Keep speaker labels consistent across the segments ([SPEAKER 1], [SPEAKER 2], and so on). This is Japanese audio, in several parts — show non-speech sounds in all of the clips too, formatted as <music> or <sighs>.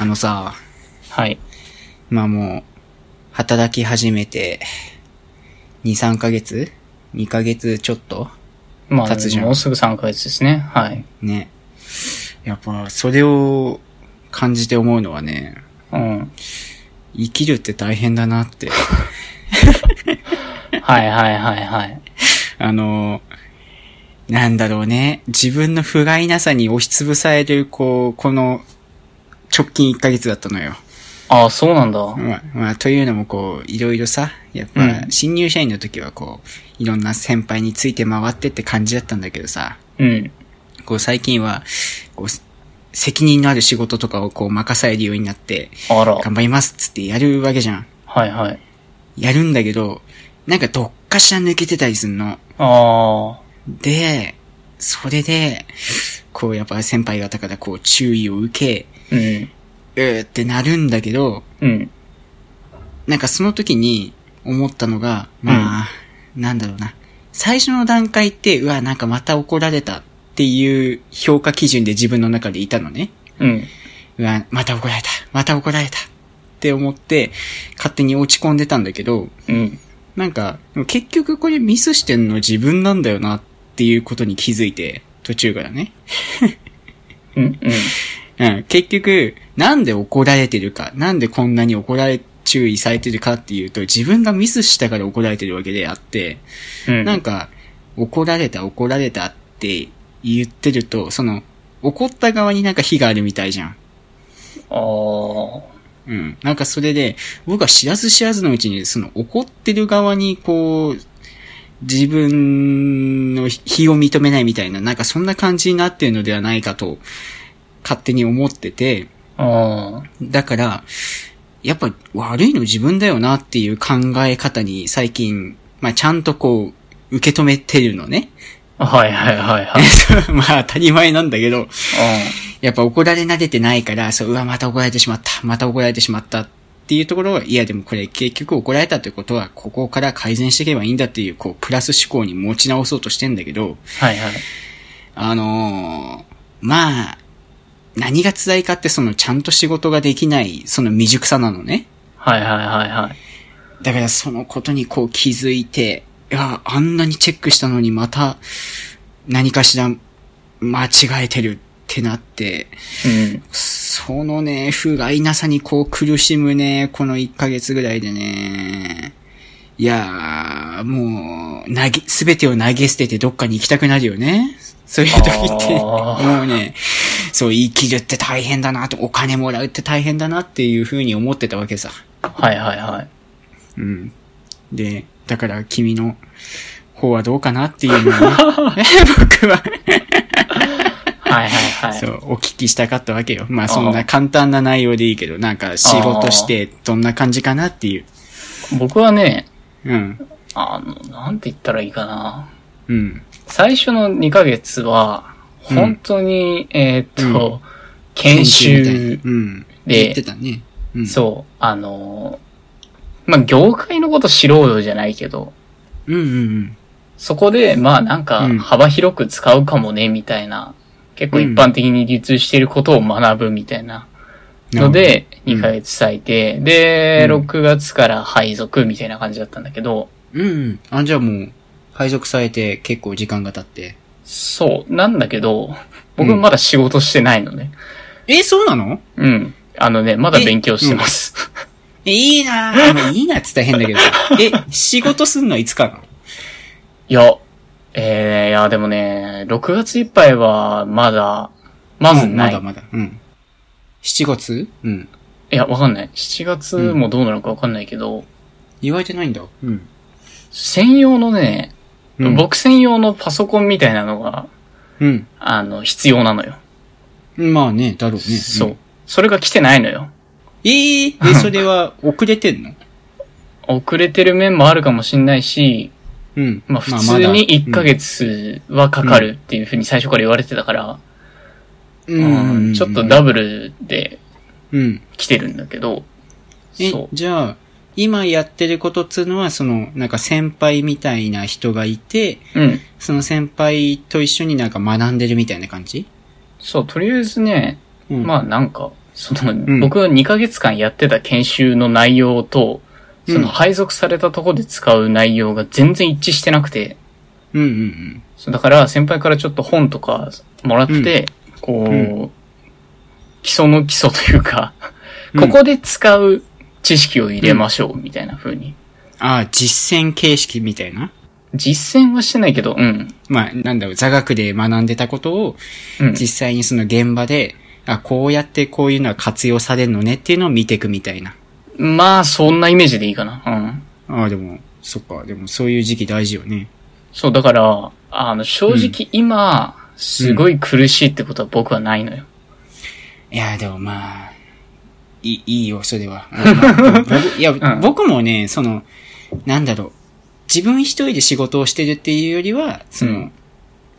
[SPEAKER 1] あのさ、
[SPEAKER 2] はい。
[SPEAKER 1] まあもう、働き始めて、2、3ヶ月 ?2 ヶ月ちょっと
[SPEAKER 2] まあ、
[SPEAKER 1] 経つじゃん
[SPEAKER 2] もうすぐ3ヶ月ですね。はい。
[SPEAKER 1] ね。やっぱ、それを感じて思うのはね、
[SPEAKER 2] うん。
[SPEAKER 1] 生きるって大変だなって。 <laughs>
[SPEAKER 2] はいはいはいはい。
[SPEAKER 1] あの、なんだろうね。自分の不甲斐なさに押しつぶされる、こう、この、直近1ヶ月だったのよ。
[SPEAKER 2] ああ、そうなんだ。
[SPEAKER 1] まあ、まあ、というのもこう、いろいろさ、やっ
[SPEAKER 2] う
[SPEAKER 1] ぱ、新入社員の時はこう、いろんな先輩について回ってって感じだったんだけどさ、
[SPEAKER 2] うん。
[SPEAKER 1] こう最近は、こう、せ責任のある仕事とかをこう任されるようになって、
[SPEAKER 2] あら。
[SPEAKER 1] 頑張りますっつってやるわけじゃん。
[SPEAKER 2] はいはい。
[SPEAKER 1] やるんだけど、なんかどっかしら抜けてたりすんの。
[SPEAKER 2] あ
[SPEAKER 1] で、それで、こうやっぱ先輩方からこう注意を受
[SPEAKER 2] あ。うん。
[SPEAKER 1] け、うーってなるんだけど、
[SPEAKER 2] うん。
[SPEAKER 1] なんかその時に思ったのが、まあ、なんだろうな。最初の段階って、うわ、なんかまた怒られたっていう評価基準で自分の中でいたのね。
[SPEAKER 2] うん。
[SPEAKER 1] うわ、また怒られた、また怒られたって思って、勝手に落ち込んでたんだけど、
[SPEAKER 2] うん。
[SPEAKER 1] なんか、でも結局これミスしてんの自分なんだよなっていうことに気づいて、途中からね。
[SPEAKER 2] うん。うん。
[SPEAKER 1] うん、結局、なんで怒られてるか、なんでこんなに怒られ、注意されてるかっていうと、自分がミスしたから怒られてるわけであって、
[SPEAKER 2] うん。
[SPEAKER 1] なんか、怒られた、怒られたって言ってると、その、怒った側になんか非があるみたいじゃん。
[SPEAKER 2] ああ。
[SPEAKER 1] うん。なんかそれで、僕は知らず知らずのうちに、その怒ってる側に、こう、自分の非を認めないみたいな、なんかそんな感じになってるのではないかと、勝手に思ってて、
[SPEAKER 2] ああ。
[SPEAKER 1] だから、やっぱ悪いの自分だよなっていう考え方に最近、まあちゃんとこう、受け止めてるのね。
[SPEAKER 2] はいはいは
[SPEAKER 1] <laughs>
[SPEAKER 2] いはい。
[SPEAKER 1] まあ当たり前なんだけど、
[SPEAKER 2] う
[SPEAKER 1] やっぱ怒られ慣れてないから、そう、うわ、また怒られてしまった、また怒られてしまったっていうところは、いやでもこれ結局怒られたってことは、ここから改善していけばいいんだっていう、こう、プラス思考に持ち直そうとしてんだけど、
[SPEAKER 2] ん。はいはい。
[SPEAKER 1] あのーまあ、何が辛いかってそのちゃんと仕事ができない、その未熟さなのね。
[SPEAKER 2] はいはいはいはい。
[SPEAKER 1] だからそのことにこう気づいて、いや、あんなにチェックしたのにまた何かしら間違えてるってなって、
[SPEAKER 2] うん。
[SPEAKER 1] そのね、不甲斐なさにこう苦しむね、この1ヶ月ぐらいでね。いやー、もう、投げ、すべてを投げ捨ててどっかに行きたくなるよね。そういう時って、ね、
[SPEAKER 2] あー
[SPEAKER 1] もうね、そう、生きるって大変だなと、お金もらうって大変だなっていう風に思ってたわけさ。
[SPEAKER 2] はいはいはい。
[SPEAKER 1] うん。で、だから君の方はどうかなっていうのを
[SPEAKER 2] <laughs>
[SPEAKER 1] ね、僕は
[SPEAKER 2] はいはいはい。。
[SPEAKER 1] そうう、お聞きしたかったわけよ。まあそんな簡単な内容でいいけど、なんか仕事してどんな感じかなっていう。
[SPEAKER 2] 僕はね、
[SPEAKER 1] うん。
[SPEAKER 2] あの、なんて言ったらいいかな。
[SPEAKER 1] うん。
[SPEAKER 2] 最初の2ヶ月は、
[SPEAKER 1] うん
[SPEAKER 2] 本当に、えーっと、研
[SPEAKER 1] 研修みたいな
[SPEAKER 2] 修
[SPEAKER 1] うん。言
[SPEAKER 2] で
[SPEAKER 1] って、たね。うん。
[SPEAKER 2] そう、あのー、まあ、業界のこと素人じゃないけど、
[SPEAKER 1] う。うんうん
[SPEAKER 2] そこで、まあ、なんか
[SPEAKER 1] う、ん
[SPEAKER 2] 幅広く使うかもね、みたいな、結構一般的に流通していることを学ぶみたいな
[SPEAKER 1] うん。
[SPEAKER 2] ので、
[SPEAKER 1] うん
[SPEAKER 2] 2ヶ月割いて、で、
[SPEAKER 1] うん
[SPEAKER 2] 6月から配属みたいな感じだったんだけど、
[SPEAKER 1] なるほど。うんうん。あ、じゃあもう、配属されて結構時間が経って。
[SPEAKER 2] そう、なんだけど、僕
[SPEAKER 1] うん
[SPEAKER 2] まだ仕事してないのね。
[SPEAKER 1] え、そうなの
[SPEAKER 2] うん。あのね、まだ勉強してます。
[SPEAKER 1] えいいなぁ。 <laughs> まあいいなぁって言ったら変だけどさ。え、仕事すんのはいつかない
[SPEAKER 2] や、えー、いや、でもね、6月いっぱいは、まだ、ま
[SPEAKER 1] の
[SPEAKER 2] ず
[SPEAKER 1] うん
[SPEAKER 2] な
[SPEAKER 1] ま
[SPEAKER 2] い。
[SPEAKER 1] だまだ。うん。7月うん。
[SPEAKER 2] いや、わかんない。7月もどうなのかわかんないけど、
[SPEAKER 1] 言われてないんだ。うん。
[SPEAKER 2] 専用のね、
[SPEAKER 1] うん、
[SPEAKER 2] 僕専用のパソコンみたいなのが、
[SPEAKER 1] うん。
[SPEAKER 2] あの、必要なのよ。
[SPEAKER 1] まあね、だろうね。ん
[SPEAKER 2] そう。。それが来てないのよ。
[SPEAKER 1] ええで、それ
[SPEAKER 2] <laughs>
[SPEAKER 1] は遅れてんの
[SPEAKER 2] 遅れてる面もあるかもしんないし、
[SPEAKER 1] うん。
[SPEAKER 2] まあ普通に1ヶ
[SPEAKER 1] 月。
[SPEAKER 2] 月はかかるっていうふうに最初から言われてたから、
[SPEAKER 1] うん
[SPEAKER 2] うんちょっとダブルで
[SPEAKER 1] うん。
[SPEAKER 2] 来てるんだけど、
[SPEAKER 1] え
[SPEAKER 2] そ、う。
[SPEAKER 1] じゃあ、今やってることっつうのは、その、なんか先輩みたいな人がいて、
[SPEAKER 2] うん。
[SPEAKER 1] その先輩と一緒になんか学んでるみたいな感じ
[SPEAKER 2] そう、とりあえずね、
[SPEAKER 1] うん。
[SPEAKER 2] まあなんか、その、
[SPEAKER 1] ん
[SPEAKER 2] 僕は2ヶ月間やってた研修の内容と、そ
[SPEAKER 1] うん
[SPEAKER 2] の配属されたとこで使う内容が全然一致してなくて、
[SPEAKER 1] うんうん
[SPEAKER 2] そうだから先輩からちょっと本とかもらって、こう、
[SPEAKER 1] うん
[SPEAKER 2] 基礎の基礎というか、
[SPEAKER 1] うん
[SPEAKER 2] ここで使う知識を入れましょう、みたいな風に。
[SPEAKER 1] ああ、実践形式みたいな。
[SPEAKER 2] 実践はしてないけど、うん。
[SPEAKER 1] まあ、なんだろう、座学で学んでたことを、
[SPEAKER 2] うん。
[SPEAKER 1] 実際にその現場で、あ、こうやってこういうのは活用されるのねっていうのを見ていくみたいな。
[SPEAKER 2] まあ、そんなイメージでいいかな。うん。
[SPEAKER 1] ああ、でも、そっか、でもそういう時期大事よね。
[SPEAKER 2] そう、だから、あの、正直今、すごい苦しいってことは僕はないのよ。
[SPEAKER 1] いや、でもまあ、いい、いいよ、それ
[SPEAKER 2] <laughs>
[SPEAKER 1] は。うん僕いや、
[SPEAKER 2] ん
[SPEAKER 1] 僕もね、その、なんだろう、自分一人で仕事をしてるっていうよりは、その、
[SPEAKER 2] うん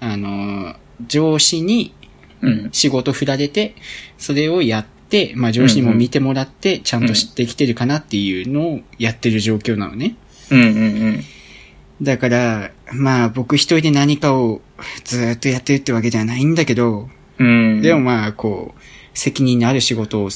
[SPEAKER 1] あの、上司に
[SPEAKER 2] うん。
[SPEAKER 1] 仕事振られて、それをやって、まあ上司にも見てもらって、ちゃんと知ってきてるかなっていうのをやってる状況なのね。
[SPEAKER 2] うんうんうん。
[SPEAKER 1] だから、まあ僕一人で何かをずーっとやってるってわけではないんだけど、
[SPEAKER 2] うん。
[SPEAKER 1] でもまあこう、責任のある仕事を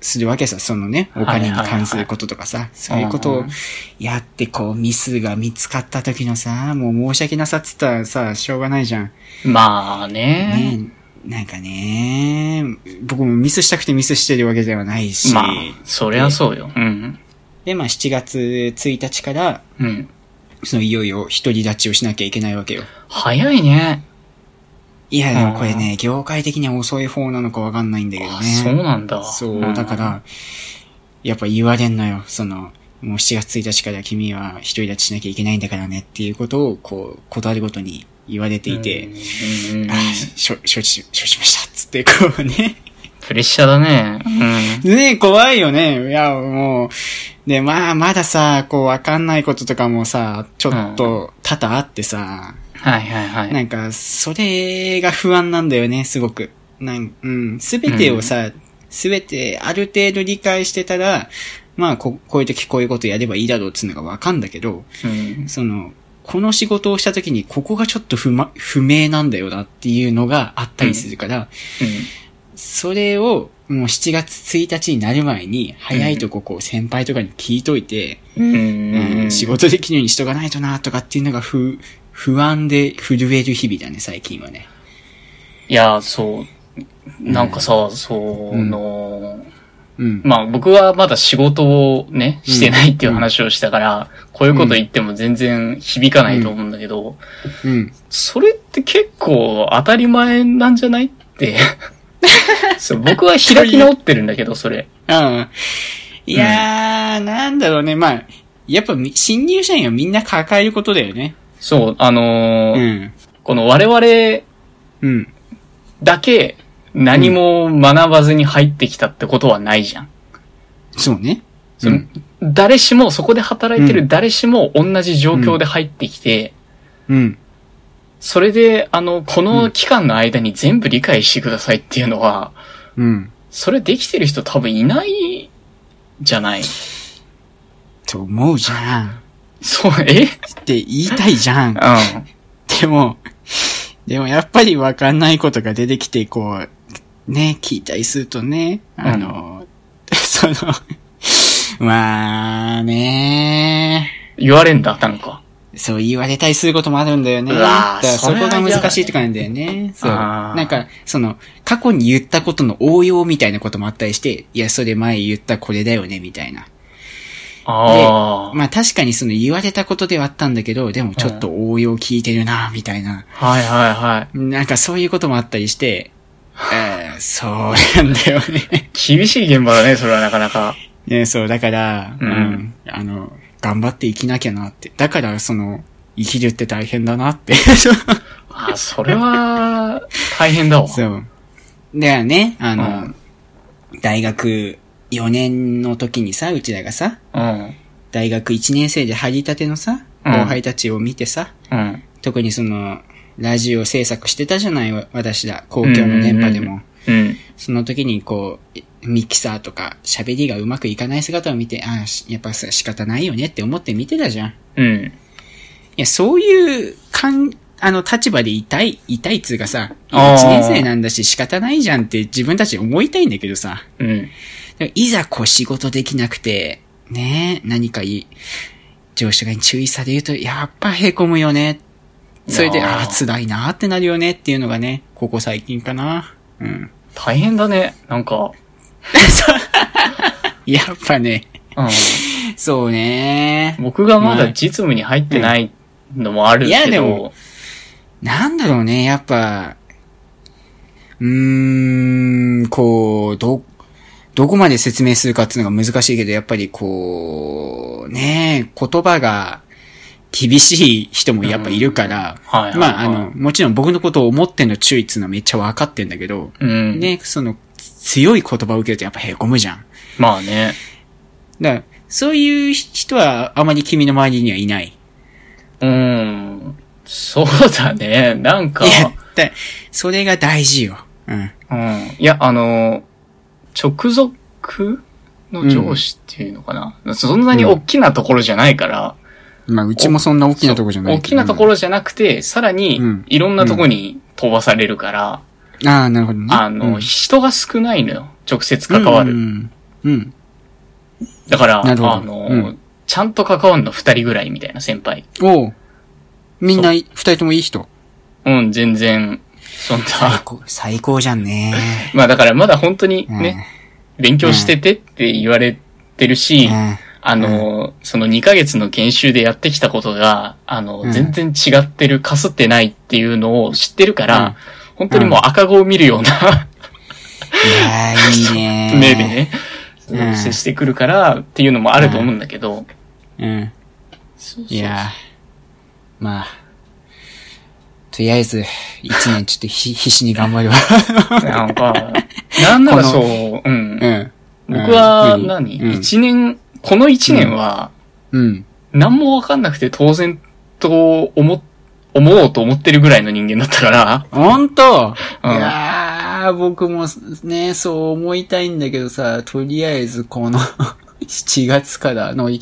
[SPEAKER 1] するわけさ、そのね、お金に関することとかさ、そういうこと
[SPEAKER 2] う
[SPEAKER 1] を
[SPEAKER 2] ん
[SPEAKER 1] やってこうミスが見つかった時のさ、もう申し訳なさっつったらさ、しょうがないじゃん。
[SPEAKER 2] まあね。
[SPEAKER 1] ねなんかね、僕もミスしたくてミスしてるわけではないし、
[SPEAKER 2] まあ、そりゃそうよ。うん。
[SPEAKER 1] で、まあ7月1日から、
[SPEAKER 2] うん。
[SPEAKER 1] そのいよいよ独り立ちをしなきゃいけないわけよ。
[SPEAKER 2] 早いね。
[SPEAKER 1] いや、でもこれね、業界的には遅い方なのかわかんないんだけど
[SPEAKER 2] あ
[SPEAKER 1] ね。
[SPEAKER 2] そうなんだ。
[SPEAKER 1] そう、だから、やっぱ言われんのよ。その、もう7月1日から君は独り立ちしなきゃいけないんだからねっていうことを、こう、断るごとに言われて
[SPEAKER 2] うん、
[SPEAKER 1] いて、
[SPEAKER 2] うんうんうん
[SPEAKER 1] ああ、しょ、承知し、承知しました。つって、こうね。 <laughs>
[SPEAKER 2] プレッシャーだね。うん。
[SPEAKER 1] ね怖いよね。いや、もう、で、まあ、まださ、こう、わかんないこととかもさ、ちょっと、多々あってさ、
[SPEAKER 2] はいはいはい。
[SPEAKER 1] なんか、それが不安なんだよね、すごく。なん、うん、すべてをさ、すべて、ある程度理解してたら、まあ、こ、こういう時こういうことやればいいだろうっつうのがわかんだけど、
[SPEAKER 2] うん
[SPEAKER 1] その、この仕事をした時に、ここがちょっと不ま、不明なんだよなっていうのがあったりするから、それを、もう7月1日になる前に、早いとここう先輩とかに聞いといて、
[SPEAKER 2] うん
[SPEAKER 1] うん仕事できるようにしとかないとなとかっていうのが不、不安で震える日々だね、最近はね。
[SPEAKER 2] いや、そう。なんかさ、その、
[SPEAKER 1] うん。
[SPEAKER 2] まあ僕はまだ仕事をね、してないっていう話をしたから、こういうこと言っても全然響かないと思うんだけど、
[SPEAKER 1] うん。
[SPEAKER 2] それって結構当たり前なんじゃないって。そう僕は開き直ってるんだけど、それ。
[SPEAKER 1] うん。いやー、なんだろうね、まあ、やっぱみ新入社員はみんな抱えることだよね。
[SPEAKER 2] そう、あの
[SPEAKER 1] う
[SPEAKER 2] ー
[SPEAKER 1] ん。
[SPEAKER 2] この我々
[SPEAKER 1] うん。
[SPEAKER 2] だけ何も学ばずに入ってきたってことはないじゃん。
[SPEAKER 1] そうね。
[SPEAKER 2] その誰しも、そこで働いてる誰しも同じ状況で入ってきて、
[SPEAKER 1] うん。
[SPEAKER 2] それで、あの、この期間の間に全部理解してくださいっていうのは、
[SPEAKER 1] うん。
[SPEAKER 2] それできてる人多分いないじゃない。
[SPEAKER 1] と思うじゃん。
[SPEAKER 2] そう、え
[SPEAKER 1] って言いたいじゃん。
[SPEAKER 2] うん。
[SPEAKER 1] でも、でもやっぱりわかんないことが出てきて、こう、ね、聞いたりするとね、あの、 <laughs> その、まあね、
[SPEAKER 2] 言われんだ、なんか。
[SPEAKER 1] そう言われたりすることもあるんだよね。
[SPEAKER 2] う
[SPEAKER 1] だ
[SPEAKER 2] わ
[SPEAKER 1] か
[SPEAKER 2] ー
[SPEAKER 1] ら
[SPEAKER 2] そ
[SPEAKER 1] そ
[SPEAKER 2] れは
[SPEAKER 1] こ
[SPEAKER 2] 嫌だ
[SPEAKER 1] が
[SPEAKER 2] ね
[SPEAKER 1] 難しいとかなんだよね。そう。
[SPEAKER 2] あー
[SPEAKER 1] なんか、その、過去に言ったことの応用みたいなこともあったりして、いや、それ前言ったこれだよね、みたいな。
[SPEAKER 2] ああ。
[SPEAKER 1] まあ確かにその言われたことではあったんだけど、でもちょっと応用聞いてるな、みたいな。
[SPEAKER 2] はいはいはい。
[SPEAKER 1] なんかそういうこともあったり
[SPEAKER 2] <sighs>
[SPEAKER 1] して、えーそうなんだよね。 <laughs>
[SPEAKER 2] 厳しい現場だね、それはなかなか。
[SPEAKER 1] ねそう、だから、
[SPEAKER 2] うん
[SPEAKER 1] あの、頑張って生きなきゃなって。だから、その、生きるって大変だなって。 <laughs> そう
[SPEAKER 2] ああ、それは、大変だわ。
[SPEAKER 1] そう。だよね、あの、
[SPEAKER 2] うん
[SPEAKER 1] 大学4年の時にさ、うちらがさ、
[SPEAKER 2] うん。
[SPEAKER 1] 大学1年生で入りたてのさ、
[SPEAKER 2] うん
[SPEAKER 1] 後輩たちを見てさ、
[SPEAKER 2] うん。
[SPEAKER 1] 特にその、ラジオ制作してたじゃない、わ私ら、公共の電波でも。
[SPEAKER 2] うん。
[SPEAKER 1] その時にこう、ミキサーとか喋りがうまくいかない姿を見て、ああ、しやっぱさ仕方ないよねって思って見てたじゃん。い
[SPEAKER 2] うん。
[SPEAKER 1] や、そういう感、あの、立場で痛い、痛いっつうかさ、一
[SPEAKER 2] あー
[SPEAKER 1] 年生なんだし仕方ないじゃんって自分たち思いたいんだけどさ、
[SPEAKER 2] うん。
[SPEAKER 1] でもいざこう仕事できなくて、ねえ、何かいい、上司とかに注意されると、やっぱ凹むよね。それで、
[SPEAKER 2] いやー
[SPEAKER 1] ああー、辛いなーってなるよねっていうのがね、ここ最近かな。うん。
[SPEAKER 2] 大変だね。なんか、
[SPEAKER 1] やっぱね、
[SPEAKER 2] うん。
[SPEAKER 1] そうね
[SPEAKER 2] 僕がまだ実務に入ってないのもあるけど、
[SPEAKER 1] いやでもなんだろうね、やっぱ、うーん、こう、ど、どこまで説明するかっていうのが難しいけど、やっぱりこう、ねえ、言葉が厳しい人もやっぱいるから、
[SPEAKER 2] はいはいはい
[SPEAKER 1] まあ、あの、もちろん僕のことを思っての注意っていうのはめっちゃ分かってんだけど、
[SPEAKER 2] うん。
[SPEAKER 1] ね、その、強い言葉を受けるとやっぱ凹むじゃん。
[SPEAKER 2] まあね。
[SPEAKER 1] だから、そういう人はあまり君の周りにはいない。
[SPEAKER 2] うん。そうだね。なんか
[SPEAKER 1] い、や、だそれが大事よ。うん。
[SPEAKER 2] うん。いや、あの、直属の上司っていうのかな。そんなに大きなところじゃないから、
[SPEAKER 1] まあ、うちもそんな大きなとこじゃない。
[SPEAKER 2] 大きなところじゃなくて、さらに
[SPEAKER 1] うん、
[SPEAKER 2] いろんなとこに飛ばされるから、
[SPEAKER 1] うん。ああ、なるほどね。
[SPEAKER 2] あの、
[SPEAKER 1] うん
[SPEAKER 2] 人が少ないのよ。直接関わ
[SPEAKER 1] う
[SPEAKER 2] る。
[SPEAKER 1] ん。うん。
[SPEAKER 2] だから、
[SPEAKER 1] なるほど
[SPEAKER 2] あの、
[SPEAKER 1] うん
[SPEAKER 2] ちゃんと関わるの二人ぐらいみたいな先輩。
[SPEAKER 1] おうみんな、二人ともいい人。
[SPEAKER 2] うん、全然、そん
[SPEAKER 1] <laughs> 最
[SPEAKER 2] な。
[SPEAKER 1] 高、最高じゃんね。
[SPEAKER 2] まあだからまだ本当に
[SPEAKER 1] うん
[SPEAKER 2] <laughs> ね、勉強しててって言われてるし、
[SPEAKER 1] うん。
[SPEAKER 2] あの、その2ヶ月の研修でやってきたことが、あの
[SPEAKER 1] う、ん
[SPEAKER 2] 全然違ってる、かすってないっていうのを知ってるか
[SPEAKER 1] うん
[SPEAKER 2] ら、本当にもう赤子を見るような
[SPEAKER 1] い
[SPEAKER 2] <laughs>
[SPEAKER 1] やー、いいね。
[SPEAKER 2] 目で。 <laughs> ね、
[SPEAKER 1] うん
[SPEAKER 2] 接してくるからっていうのもあると思うんだけど、
[SPEAKER 1] うん。
[SPEAKER 2] そうそう
[SPEAKER 1] いやー、まあ、とりあえず、一年ちょっとひ必死に頑張るわ。
[SPEAKER 2] なんか、なんならそう、 <laughs> うん。
[SPEAKER 1] うん。
[SPEAKER 2] 僕は
[SPEAKER 1] うん
[SPEAKER 2] 何、
[SPEAKER 1] うん
[SPEAKER 2] 一年、この一年は、
[SPEAKER 1] うん。
[SPEAKER 2] 何もわかんなくて当然と思、思おうと思ってるぐらいの人間だったから、
[SPEAKER 1] ほんとい
[SPEAKER 2] うん
[SPEAKER 1] やー、僕もね、そう思いたいんだけどさ、とりあえずこの <laughs> 7月からの独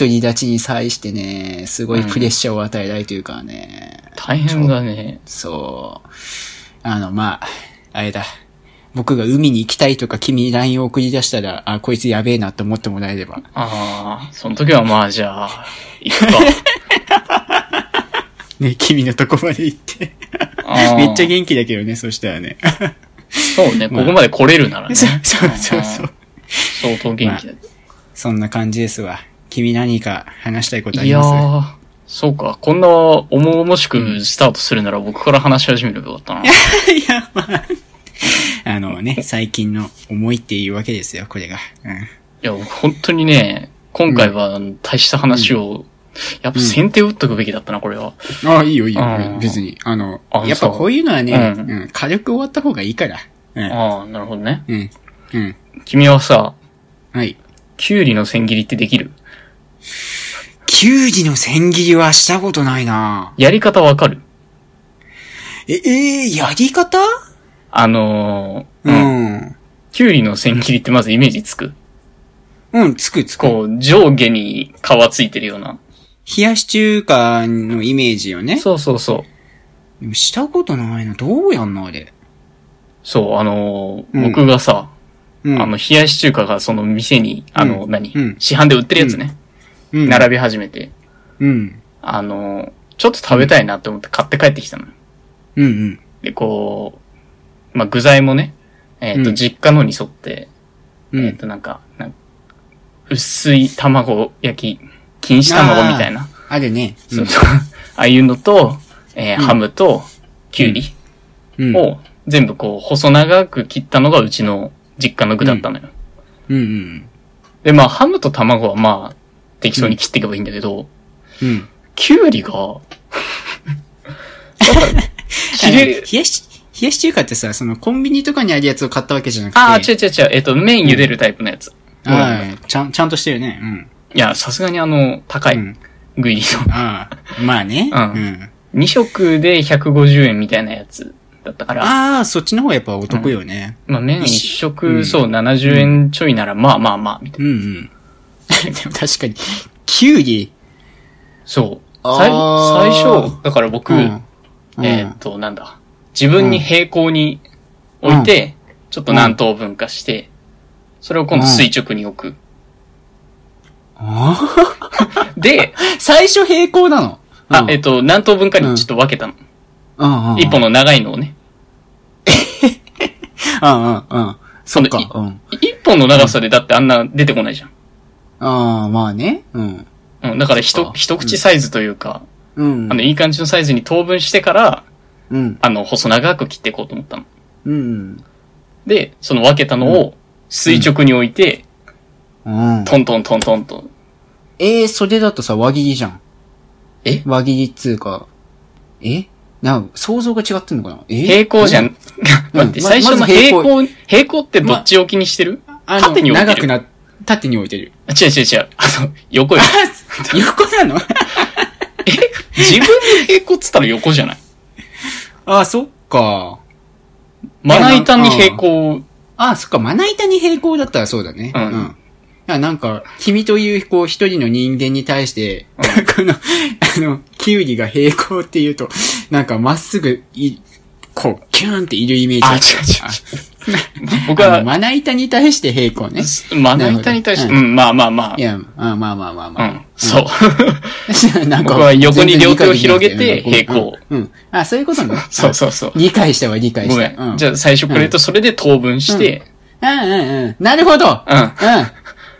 [SPEAKER 1] り立ちに際してね、すごいプレッシャーを与えられてるからね。
[SPEAKER 2] 大変だね。
[SPEAKER 1] そう。あの、まあ、あれだ。僕が海に行きたいとか君に LINE を送り出したら、あ、こいつやべえなと思ってもらえれば。
[SPEAKER 2] ああ、その時はまあじゃあ、行
[SPEAKER 1] <laughs>
[SPEAKER 2] くか。
[SPEAKER 1] ね、君のとこまで行って。
[SPEAKER 2] あー
[SPEAKER 1] めっちゃ元気だけどね、そしたらね。
[SPEAKER 2] そうね、ここまで来れるならね。
[SPEAKER 1] そうそうそうそう
[SPEAKER 2] あ。ー相当元気だ。
[SPEAKER 1] そんな感じですわ。君何か話したいことあ
[SPEAKER 2] い
[SPEAKER 1] り
[SPEAKER 2] や
[SPEAKER 1] ます
[SPEAKER 2] ー、そうか。こんな重々しくスタートするなら僕から話し始めればよかったな。
[SPEAKER 1] <laughs> いや、まあ、あのね、最近の思いっていうわけですよ、これが。うん。
[SPEAKER 2] いや、僕本当にね、今回は大した話を、やっぱ先手を打っとくべきだったな、これは。
[SPEAKER 1] ああ、いいよ、いいよ
[SPEAKER 2] うん。
[SPEAKER 1] 別に。あの、
[SPEAKER 2] あ
[SPEAKER 1] やっぱ
[SPEAKER 2] そう
[SPEAKER 1] こういうのはね、
[SPEAKER 2] うん
[SPEAKER 1] うん、軽く終わった方がいいから。うん。
[SPEAKER 2] ああ、なるほどね。
[SPEAKER 1] うん。うん。
[SPEAKER 2] 君はさ、
[SPEAKER 1] はい。
[SPEAKER 2] キュウリの千切りってできる
[SPEAKER 1] キュウリの千切りはしたことないな
[SPEAKER 2] やり方わかる
[SPEAKER 1] え、えー、やり方
[SPEAKER 2] あのー、
[SPEAKER 1] う
[SPEAKER 2] うん
[SPEAKER 1] ん。
[SPEAKER 2] キュウリの千切りってまずイメージつく。
[SPEAKER 1] うん、つくつく。
[SPEAKER 2] こう、上下に皮ついてるような。
[SPEAKER 1] 冷やし中華のイメージよね。
[SPEAKER 2] そうそうそう。
[SPEAKER 1] でもしたことないな。どうやんのあれ。
[SPEAKER 2] そう、あのー
[SPEAKER 1] うん
[SPEAKER 2] 僕がさ、
[SPEAKER 1] うん。
[SPEAKER 2] あの、冷やし中華がその店に、あの、
[SPEAKER 1] うん
[SPEAKER 2] 何、
[SPEAKER 1] うん
[SPEAKER 2] 市販で売ってるやつね、
[SPEAKER 1] うん、
[SPEAKER 2] 並び始めて、
[SPEAKER 1] うん。
[SPEAKER 2] あのーちょっと食べたいなって思って買って帰ってきたのよ。
[SPEAKER 1] うんうん。
[SPEAKER 2] で、こう、まあ、具材もね、えっ、と、
[SPEAKER 1] うん
[SPEAKER 2] 実家のに沿って、
[SPEAKER 1] う
[SPEAKER 2] えっ、
[SPEAKER 1] ん。
[SPEAKER 2] と、なんか、なん薄い卵焼き、錦糸卵みたいな。
[SPEAKER 1] あるね。うん
[SPEAKER 2] そうそう。 <laughs> ああいうのと、えーハムと、キュウリ
[SPEAKER 1] うん。
[SPEAKER 2] を、全部こう、細長く切ったのがうちの実家の具だったのよ。
[SPEAKER 1] うんうん。
[SPEAKER 2] で、まあ、ハムと卵はまあ、適当に切っていけばいいんだけど、
[SPEAKER 1] うん。
[SPEAKER 2] キュ
[SPEAKER 1] <laughs>
[SPEAKER 2] ウリが、なんか切
[SPEAKER 1] あ
[SPEAKER 2] れ
[SPEAKER 1] の、冷やし、冷やし中華ってさ、そのコンビニとかにあるやつを買ったわけじゃなくて。
[SPEAKER 2] ああ、違う違う違う、えっ、と、麺茹でるタイプのやつ。
[SPEAKER 1] はいちゃん、ちゃんとしてるね。うん。
[SPEAKER 2] いや、さすがにあの、高い、
[SPEAKER 1] うん
[SPEAKER 2] 具入りの。 <laughs>
[SPEAKER 1] ああ、まあね。
[SPEAKER 2] うん
[SPEAKER 1] うん。
[SPEAKER 2] 2色で150円みたいなやつだったから、
[SPEAKER 1] ああ、そっちの方がやっぱお得よね。
[SPEAKER 2] まあ麺1
[SPEAKER 1] う
[SPEAKER 2] 食、
[SPEAKER 1] ん
[SPEAKER 2] そう、70円ちょいなら、まあまあまあ、みたいな。
[SPEAKER 1] うんうん。 <laughs> でも確かに、キュウリ。
[SPEAKER 2] そう。
[SPEAKER 1] あー
[SPEAKER 2] 最最初、だから僕、
[SPEAKER 1] うんうん
[SPEAKER 2] えーっと、なんだ。自分に平行に置いて、ちょっと何等分化して、それを今度垂直に置く。
[SPEAKER 1] あ
[SPEAKER 2] で、
[SPEAKER 1] ー最初平行なの。
[SPEAKER 2] あ
[SPEAKER 1] う、ん
[SPEAKER 2] えーっと、何等分化にちょっと分けたの。
[SPEAKER 1] うんうんうん
[SPEAKER 2] 一本の長いのをね。
[SPEAKER 1] うんうんうん。そっか。
[SPEAKER 2] そ
[SPEAKER 1] うん。
[SPEAKER 2] 一本の長さでだってあんな出てこないじゃん。
[SPEAKER 1] ああ、まあね。うん。
[SPEAKER 2] うん、だか
[SPEAKER 1] そっ
[SPEAKER 2] ら一
[SPEAKER 1] か
[SPEAKER 2] 一口サイズというか、
[SPEAKER 1] うん
[SPEAKER 2] あ。の、いい感じのサイズに等分してから、
[SPEAKER 1] うん。
[SPEAKER 2] あの、細長く切っていこうと思ったの。
[SPEAKER 1] うん。
[SPEAKER 2] で、その分けたのを垂直に置いて、
[SPEAKER 1] うん。
[SPEAKER 2] トントントントンと。
[SPEAKER 1] えー、それだとさ、輪切りじゃん。
[SPEAKER 2] え
[SPEAKER 1] 輪切りっつうか、えなんか想像が違ってんのかなえ
[SPEAKER 2] 平行じゃ。
[SPEAKER 1] うん
[SPEAKER 2] <laughs> 待って、
[SPEAKER 1] ま
[SPEAKER 2] 最初の
[SPEAKER 1] まず平
[SPEAKER 2] 平
[SPEAKER 1] 行
[SPEAKER 2] 行、平行ってどっち置きにしてる、
[SPEAKER 1] あの、
[SPEAKER 2] 縦に置いて
[SPEAKER 1] 長
[SPEAKER 2] る
[SPEAKER 1] くな、縦に置いてる。
[SPEAKER 2] あ違う違う違う。あの、横よ。
[SPEAKER 1] <laughs> 横な
[SPEAKER 2] <laughs>
[SPEAKER 1] の
[SPEAKER 2] 自分の平行っつったら横じゃない
[SPEAKER 1] ああ、そっか。
[SPEAKER 2] まな板に平行。
[SPEAKER 1] ああ、そっか。まな板に平行だったらそうだね。
[SPEAKER 2] うん
[SPEAKER 1] いや、なんか、君という、こう、一人の人間に対して、 <laughs> この、あの、キュウリが平行っていうと、なんか、まっすぐ、い、こう、キューンっているイメージだ
[SPEAKER 2] あ、違
[SPEAKER 1] っ
[SPEAKER 2] う
[SPEAKER 1] た
[SPEAKER 2] 違う違う。僕
[SPEAKER 1] あの
[SPEAKER 2] は、
[SPEAKER 1] まな板に対して平行ね。
[SPEAKER 2] まな板に対して、
[SPEAKER 1] なる
[SPEAKER 2] うん、まあまあま
[SPEAKER 1] いや、あまあまあまあ
[SPEAKER 2] あ。う
[SPEAKER 1] ま
[SPEAKER 2] ん、そう。
[SPEAKER 1] あ。 <laughs> なんか
[SPEAKER 2] 僕は横に両手を広げて
[SPEAKER 1] 全然理解できなく
[SPEAKER 2] 平行。
[SPEAKER 1] てうん。うんあ、そういうことね
[SPEAKER 2] <laughs> そうそうそう
[SPEAKER 1] あ。理解したわ、理解
[SPEAKER 2] ご
[SPEAKER 1] し
[SPEAKER 2] め
[SPEAKER 1] た。
[SPEAKER 2] ん。
[SPEAKER 1] うん
[SPEAKER 2] じゃあ最初これとそれで等分して、
[SPEAKER 1] うんうんうん。なるほど。
[SPEAKER 2] うん。
[SPEAKER 1] うん。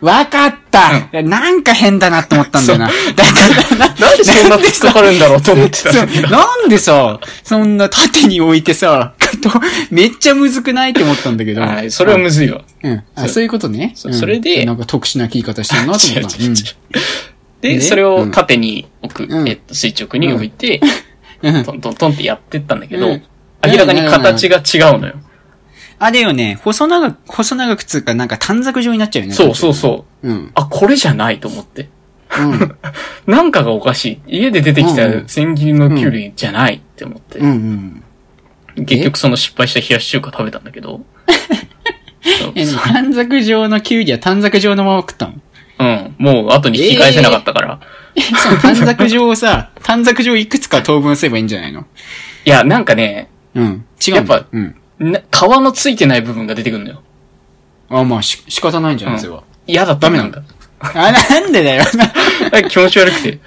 [SPEAKER 1] わかった、なんか変だなと思ったんだよな。だからな
[SPEAKER 2] なんでそんな突っかかるんだろうと思ってたんだけ
[SPEAKER 1] <laughs> そう
[SPEAKER 2] ど。
[SPEAKER 1] なんでさ、そんな縦に置いてさ、とめっちゃむずくないって思ったんだけど。
[SPEAKER 2] はい、それはむずいわ。
[SPEAKER 1] うん。あ、そういうことね。
[SPEAKER 2] そう
[SPEAKER 1] うん
[SPEAKER 2] それで
[SPEAKER 1] なんか特殊な切り方してるなと
[SPEAKER 2] 違う
[SPEAKER 1] 思った。
[SPEAKER 2] 違う違う。で、
[SPEAKER 1] ね
[SPEAKER 2] それを縦に置
[SPEAKER 1] う
[SPEAKER 2] く、
[SPEAKER 1] ん
[SPEAKER 2] えっと、垂直に置いて、
[SPEAKER 1] うんうん
[SPEAKER 2] トントントンってやってったんだけど、
[SPEAKER 1] うん
[SPEAKER 2] 明らかに形が違うのよ。
[SPEAKER 1] あれよね、細長く、細長くつうか、なんか短冊状になっちゃうよね。
[SPEAKER 2] そうそうそう。
[SPEAKER 1] う。うん。
[SPEAKER 2] あ、これじゃないと思って。
[SPEAKER 1] うん。
[SPEAKER 2] <laughs> なんかがおかしい。家で出てき
[SPEAKER 1] うんう
[SPEAKER 2] た
[SPEAKER 1] ん
[SPEAKER 2] 千切りのキュウリじゃないって思って
[SPEAKER 1] うんう。ん。
[SPEAKER 2] 結局その失敗した冷やし中華食べたんだけど。 <laughs> そう
[SPEAKER 1] <laughs> え、短冊状のキュウリは短冊状のまま食った
[SPEAKER 2] <laughs>
[SPEAKER 1] の
[SPEAKER 2] うん。もう後に引き返せなかったから。
[SPEAKER 1] その <laughs> 短冊状をさ、短冊状いくつか等分すればいいんじゃないの
[SPEAKER 2] いや、なんかね、
[SPEAKER 1] うん。違うの
[SPEAKER 2] やっぱ
[SPEAKER 1] うん。
[SPEAKER 2] な皮のついてない部分が出てくるのよ。
[SPEAKER 1] あ、まあ、し、仕方ないんじゃないそれは。
[SPEAKER 2] 嫌だった。
[SPEAKER 1] ダメな
[SPEAKER 2] なん
[SPEAKER 1] ん
[SPEAKER 2] か
[SPEAKER 1] だ。あ、なんで
[SPEAKER 2] <laughs>
[SPEAKER 1] だよ。
[SPEAKER 2] あ気持ち悪
[SPEAKER 1] <laughs>
[SPEAKER 2] くて。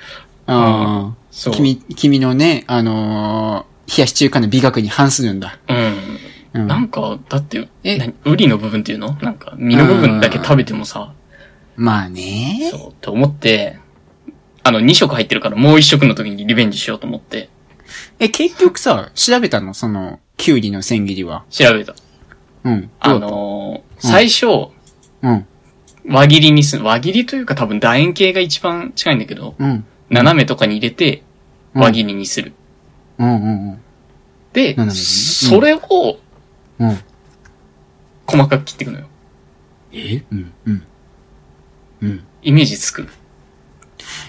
[SPEAKER 1] あ
[SPEAKER 2] そ
[SPEAKER 1] あ。
[SPEAKER 2] う。
[SPEAKER 1] 君、君のね、あのー冷やし中華の美学に反するんだ。
[SPEAKER 2] うん。
[SPEAKER 1] うん。
[SPEAKER 2] なんか、だって、
[SPEAKER 1] え
[SPEAKER 2] 何ウリの部分っていうのなんか、身の部分だけ食べてもさ、
[SPEAKER 1] まあね。
[SPEAKER 2] そう、って思って、あの、2食入ってるからもう1食の時にリベンジしようと思って、
[SPEAKER 1] え、結局さ、調べたのその、キュウリの千切りは。
[SPEAKER 2] 調べた。
[SPEAKER 1] うん。
[SPEAKER 2] あ
[SPEAKER 1] どうだっ
[SPEAKER 2] のー最初、
[SPEAKER 1] た、うん。
[SPEAKER 2] 輪切りにする。輪切りというか多分楕円形が一番近いんだけど、
[SPEAKER 1] うん。
[SPEAKER 2] 斜めとかに入れて、
[SPEAKER 1] うん
[SPEAKER 2] 輪切りにする。
[SPEAKER 1] うんうんうん。
[SPEAKER 2] で、
[SPEAKER 1] 斜めにねうん
[SPEAKER 2] それを
[SPEAKER 1] うん。
[SPEAKER 2] 細かく切っていくのよ。
[SPEAKER 1] えうん。うん。うん。
[SPEAKER 2] イメージつく。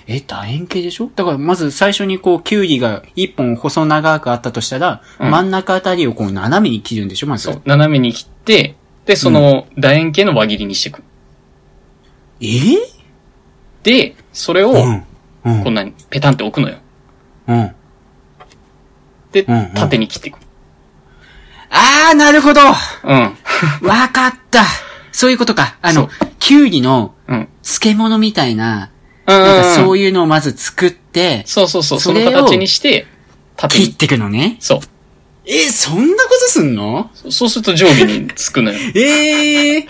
[SPEAKER 1] え、楕円形でしょだから、まず最初にこう、キュウリが一本細長くあったとしたら、
[SPEAKER 2] うん
[SPEAKER 1] 真ん中あたりをこう、斜めに切るんでしょまず。
[SPEAKER 2] そう。斜めに切って、で、その楕円形の輪切りにしていく。
[SPEAKER 1] えー
[SPEAKER 2] で、それを、
[SPEAKER 1] うん。うん。
[SPEAKER 2] こんなにペタンって置くのよ。
[SPEAKER 1] うん。
[SPEAKER 2] で、
[SPEAKER 1] うんうん
[SPEAKER 2] 縦に切っていく。
[SPEAKER 1] あー、なるほどわ
[SPEAKER 2] うん。
[SPEAKER 1] かったそういうことか。あの
[SPEAKER 2] そ、
[SPEAKER 1] キュウリの
[SPEAKER 2] うん。
[SPEAKER 1] 漬物みたいな、
[SPEAKER 2] な
[SPEAKER 1] なんかそう
[SPEAKER 2] い
[SPEAKER 1] いうのをまず作って、
[SPEAKER 2] そうそうそう。
[SPEAKER 1] そ
[SPEAKER 2] その
[SPEAKER 1] れを
[SPEAKER 2] 形にして、縦
[SPEAKER 1] 切っ
[SPEAKER 2] に。
[SPEAKER 1] ていくのね。
[SPEAKER 2] そう。
[SPEAKER 1] え、そんなことすんの
[SPEAKER 2] そそうすると上下につくのよ。
[SPEAKER 1] えー、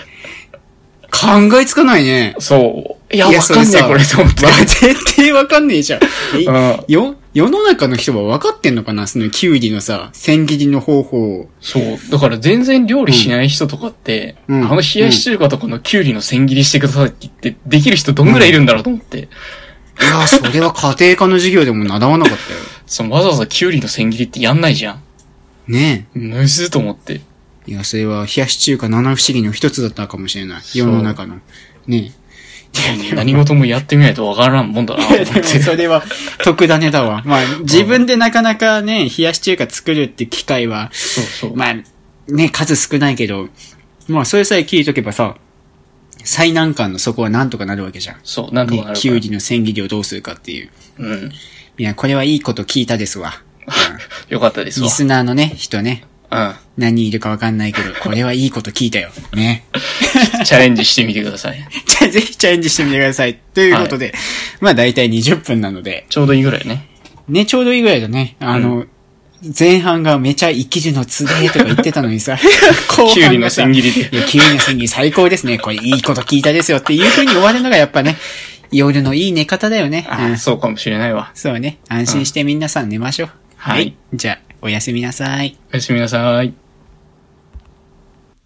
[SPEAKER 1] 考えつかないね。 <laughs>
[SPEAKER 2] そう。いや、
[SPEAKER 1] い
[SPEAKER 2] わ
[SPEAKER 1] や
[SPEAKER 2] かんねえ、
[SPEAKER 1] そ
[SPEAKER 2] こ
[SPEAKER 1] れ
[SPEAKER 2] れと思って
[SPEAKER 1] わ。絶対わかんねえじゃん。え
[SPEAKER 2] うん
[SPEAKER 1] よ、世の中の人は分かってんのかなそのキュウリのさ、千切りの方法を。
[SPEAKER 2] そう。だから全然料理しない人とかって、
[SPEAKER 1] うん
[SPEAKER 2] あの冷やし中華とかのキュウリの千切りしてくださいって言って、できる人どんぐらいいるんだろうと思って。
[SPEAKER 1] いや、それは家庭科の授業でも習わなかったよ。
[SPEAKER 2] そのわざわざキュウリの千切りってやんないじゃん。
[SPEAKER 1] <laughs> ね
[SPEAKER 2] むずーと思って。
[SPEAKER 1] え。いや、それは冷やし中華七不思議の一つだったかもしれない。
[SPEAKER 2] う
[SPEAKER 1] 世の中の。ね
[SPEAKER 2] 何事もやってみないとわからん
[SPEAKER 1] <laughs>
[SPEAKER 2] もんだなと
[SPEAKER 1] え。
[SPEAKER 2] 思って。
[SPEAKER 1] それは、特ダネだ <laughs> わ。まあ、自分でなかなかね、冷やし中華作るって機会は、
[SPEAKER 2] そうそう。
[SPEAKER 1] まあ、ね、数少ないけど、まあ、それさえ聞いとけばさ、最難関のそこはなんとかなるわけじゃん。
[SPEAKER 2] そう、なんとかな
[SPEAKER 1] ね
[SPEAKER 2] るから。
[SPEAKER 1] キュウリの千切りをどうするかっていう。
[SPEAKER 2] うん。
[SPEAKER 1] いや、これはいいこと聞いたですわ。
[SPEAKER 2] よかったですわ
[SPEAKER 1] リ。スナーのね、人ね。
[SPEAKER 2] う
[SPEAKER 1] 何人いるかわかんない <laughs> けど、これはいいこと聞いたよ。ね。 <laughs>
[SPEAKER 2] ん。チャレンジしてみてください。
[SPEAKER 1] じゃあぜひチャレンジしてみてください。ということで、まあ大体20分なので、
[SPEAKER 2] ちょうどいいぐらいね。
[SPEAKER 1] ね、ちょうどいいぐらいだね。あの、前半がめちゃ生きるのつげーとか言ってたのにさ、 <laughs> 後半がさ
[SPEAKER 2] キュウリの千切りで
[SPEAKER 1] いや、キュウリの千切り最高ですね。これいいこと聞いたですよっていう風に終わるのがやっぱね、夜のいい寝方だよね。
[SPEAKER 2] <laughs> あ、
[SPEAKER 1] うん
[SPEAKER 2] そうかもしれないわ。
[SPEAKER 1] そうね。安心して皆さん寝ましょう。
[SPEAKER 2] はい。
[SPEAKER 1] じゃあ、おやすみなさい。
[SPEAKER 2] おやすみなさい。